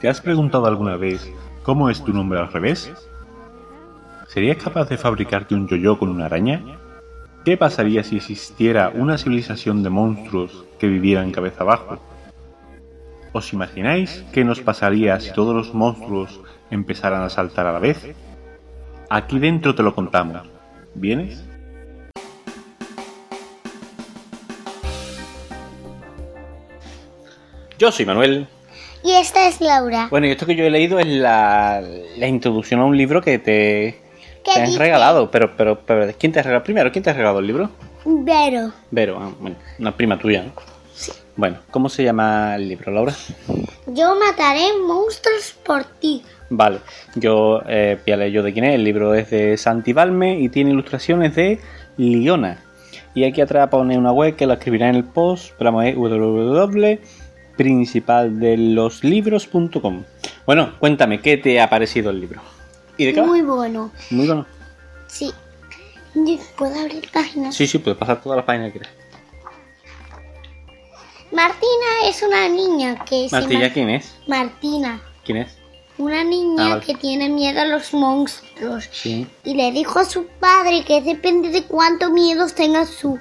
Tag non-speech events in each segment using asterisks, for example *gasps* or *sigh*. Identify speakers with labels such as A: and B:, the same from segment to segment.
A: ¿Te has preguntado alguna vez cómo es tu nombre al revés? ¿Serías capaz de fabricarte un yo-yo con una araña? ¿Qué pasaría si existiera una civilización de monstruos que vivieran cabeza abajo? ¿Os imagináis qué nos pasaría si todos los monstruos empezaran a saltar a la vez? Aquí dentro te lo contamos. ¿Vienes?
B: Yo soy Manuel.
C: Y esta es Laura.
B: Bueno, y esto que yo he leído es la, la introducción a un libro que te,
C: ¿Qué
B: Pues, te han
C: dice?
B: regalado. Pero, pero, pero, ¿quién te ha regalado? Primero, ¿quién te ha regalado el libro?
C: Vero.
B: Vero, ah, bueno, una prima tuya, ¿no? Bueno, ¿cómo se llama el libro, Laura?
C: Yo mataré monstruos por ti.
B: Vale, yo eh, voy a leer yo de quién es. El libro es de Santi Balme y tiene ilustraciones de Liona. Y aquí atrás pone una web que la escribirá en el post, pero vamos, es www.principaldeloslibros.com. Bueno, cuéntame, ¿qué te ha parecido el libro? ¿Y de qué va?
C: Muy bueno.
B: Muy bueno.
C: Sí. Yo- ¿Puedo abrir páginas?
B: Sí, sí, puedes pasar todas las páginas que quieras.
C: Martina es una niña que se
B: Martilla,
C: ma-
B: ¿quién es?
C: Martina.
B: ¿Quién es?
C: Una niña
B: Ah, vale.
C: que tiene miedo a los monstruos.
B: Sí.
C: Y le dijo a su padre que depende de cuánto miedo tenga su.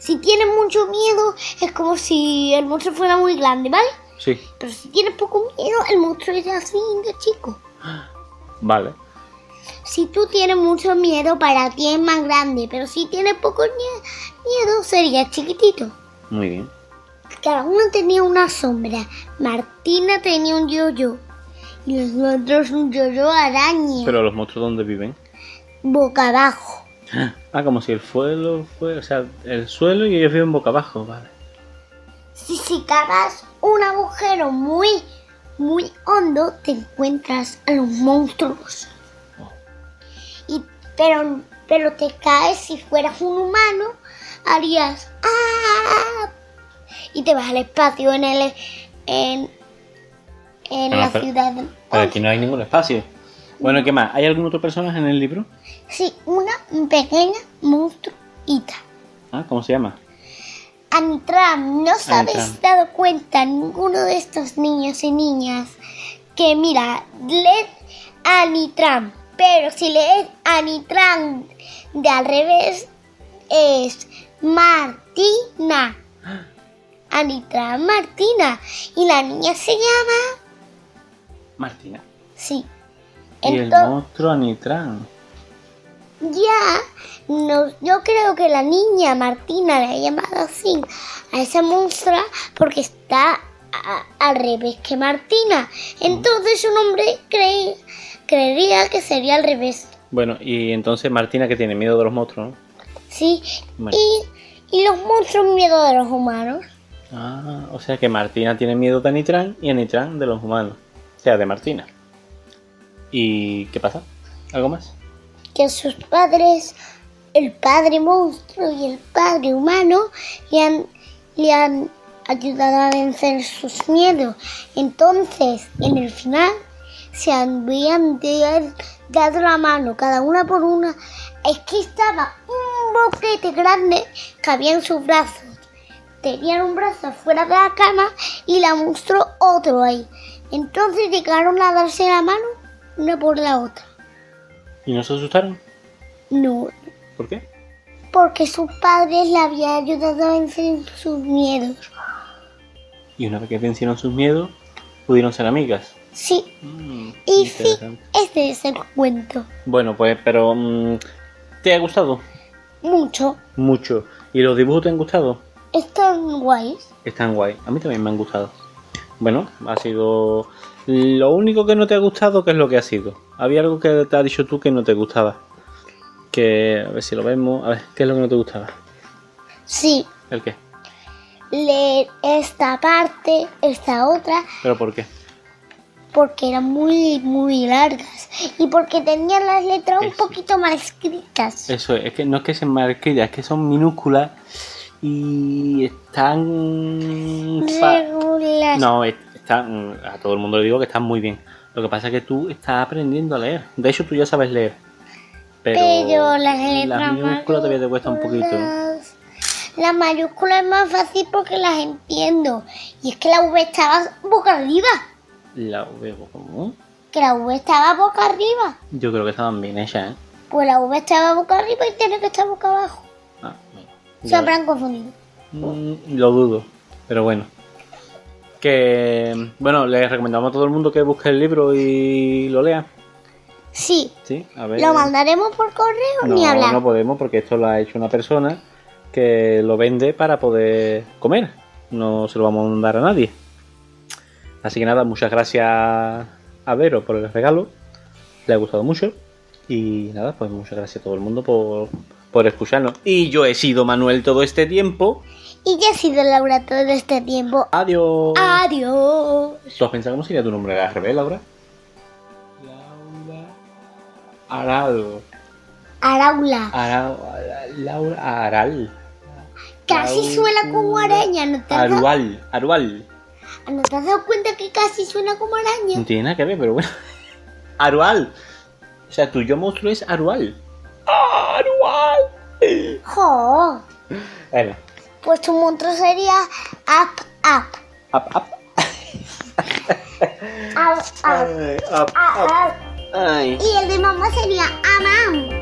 C: Si tiene mucho miedo, es como si el monstruo fuera muy grande, ¿vale?
B: Sí.
C: Pero si tiene poco miedo, el monstruo es así de chico.
B: Vale.
C: Si tú tienes mucho miedo, para ti es más grande. Pero si tienes poco nie- miedo, sería chiquitito.
B: Muy bien.
C: Cada uno tenía una sombra. Martina tenía un yo-yo. Y los otros un yo-yo araña.
B: Pero los monstruos, ¿dónde viven?
C: Boca abajo.
B: Ah, como si el suelo fuera. O sea, el suelo y ellos viven boca abajo, vale.
C: Si, si cavas un agujero muy, muy hondo, te encuentras a los monstruos. Y, pero, pero te caes, si fueras un humano, harías... ¡Ah! Y te vas al espacio en el... En, en
B: Bueno,
C: la
B: Ah, pero-
C: ciudad...
B: Pero aquí no hay ningún espacio. Bueno, ¿qué más? ¿Hay algún otro personaje en el libro?
C: Sí, una pequeña monstruita.
B: Ah, ¿cómo se llama?
C: Antram, ¿no os habéis
B: Antram.
C: dado cuenta ninguno de estos niños y niñas que mira, leed Anitram, pero si leed Anitram de al revés es Martina. *gasps* Anitram Martina y la niña se llama
B: Martina.
C: sí.
B: Y el
C: Entonces-
B: monstruo Anitran.
C: Ya, no, yo creo que la niña Martina le ha llamado así a esa monstrua porque está a- al revés que Martina. Entonces su nombre cree, creería que sería al revés.
B: Bueno, y entonces Martina que tiene miedo de los monstruos, ¿no?
C: Sí,
B: Bueno.
C: y, y los monstruos miedo de los humanos.
B: Ah, o sea que Martina tiene miedo de Anitran y Anitran de los humanos. O sea, de Martina. ¿Y qué pasa? ¿Algo más?
C: Que sus padres, el padre monstruo y el padre humano, le han, le han ayudado a vencer sus miedos. Entonces, en el final, se habían de- dado la mano, cada una por una. Es que estaba un boquete grande que había en sus brazos. Tenían un brazo fuera de la cama y la monstruo otro ahí. Entonces llegaron a darse la mano una por la otra.
B: ¿Y no se asustaron?
C: No,
B: ¿Por qué?
C: porque sus padres le habían ayudado a vencer sus miedos.
B: Y una vez que vencieron sus miedos, pudieron ser amigas.
C: Sí,
B: Mm,
C: y sí,
B: interesante.
C: este es el cuento.
B: Bueno, pues, pero... mm, ¿Te ha gustado?
C: Mucho.
B: Mucho. ¿Y los dibujos te han gustado?
C: Están guays.
B: Están guay. A mí también me han gustado. Bueno, ha sido... Lo único que no te ha gustado, ¿qué es lo que ha sido? Había algo que te ha dicho tú que no te gustaba. Que, a ver si lo vemos. A ver, ¿qué es lo que no te gustaba?
C: Sí,
B: ¿El qué?
C: leer esta parte, esta otra,
B: ¿Pero por qué?
C: porque eran muy, muy largas. Y porque tenían las letras un
B: Eso.
C: poquito mal escritas.
B: Eso es, es que no es que sean marquillas, es que son minúsculas y están... pa-
C: Regulas.
B: No, es- está, mm, a todo el mundo le digo que están muy bien. Lo que pasa es que tú estás aprendiendo a leer. De hecho, tú ya sabes leer. Pero,
C: Pero las letras
B: minúsculas todavía te cuesta un poquito. ¿no?
C: mayúsculas- La mayúscula es más fácil porque las entiendo. Y es que la V estaba boca arriba.
B: La V boca ¿no?
C: Que la V estaba boca arriba.
B: Yo creo que estaban bien hechas, ¿eh?
C: Pues la V estaba boca arriba y tiene que estar boca abajo.
B: Ah, bueno.
C: Se
B: Ya-
C: habrán confundido.
B: Mm, lo dudo, pero bueno. Que, bueno, les recomendamos a todo el mundo que busque el libro y lo lea.
C: Sí.
B: Sí, a ver.
C: ¿Lo mandaremos por correo?
B: Pues no,
C: Ni hablar.
B: no podemos porque esto lo ha hecho una persona que lo vende para poder comer. No se lo vamos a mandar a nadie. Así que nada, muchas gracias a Vero por el regalo. Le ha gustado mucho. Y nada, pues muchas gracias a todo el mundo por, por escucharnos. Y yo he sido Manuel todo este tiempo.
C: Y ya ha sido Laura todo este tiempo.
B: Adiós.
C: Adiós.
B: ¿Tú has pensado cómo sería tu nombre al revés, Laura? Laura. Aral.
C: Araula.
B: Aral. Laura Aral.
C: Casi suena como araña, ¿no te, has dado,
B: Arual. Arual.
C: ¿no te has dado cuenta que casi suena como
B: No
C: araña?
B: tiene nada que ver, pero bueno. *laughs* Arual. O sea, tu yo monstruo es Arual. Arual.
C: ¡Jo!
B: Bueno.
C: Pues tu monstruo sería Up, Up.
B: Ap, ap.
C: Up, Up.
B: Ay, ap,
C: up,
B: ap.
C: up.
B: Ay.
C: Ah, Y el de mamá sería Amam.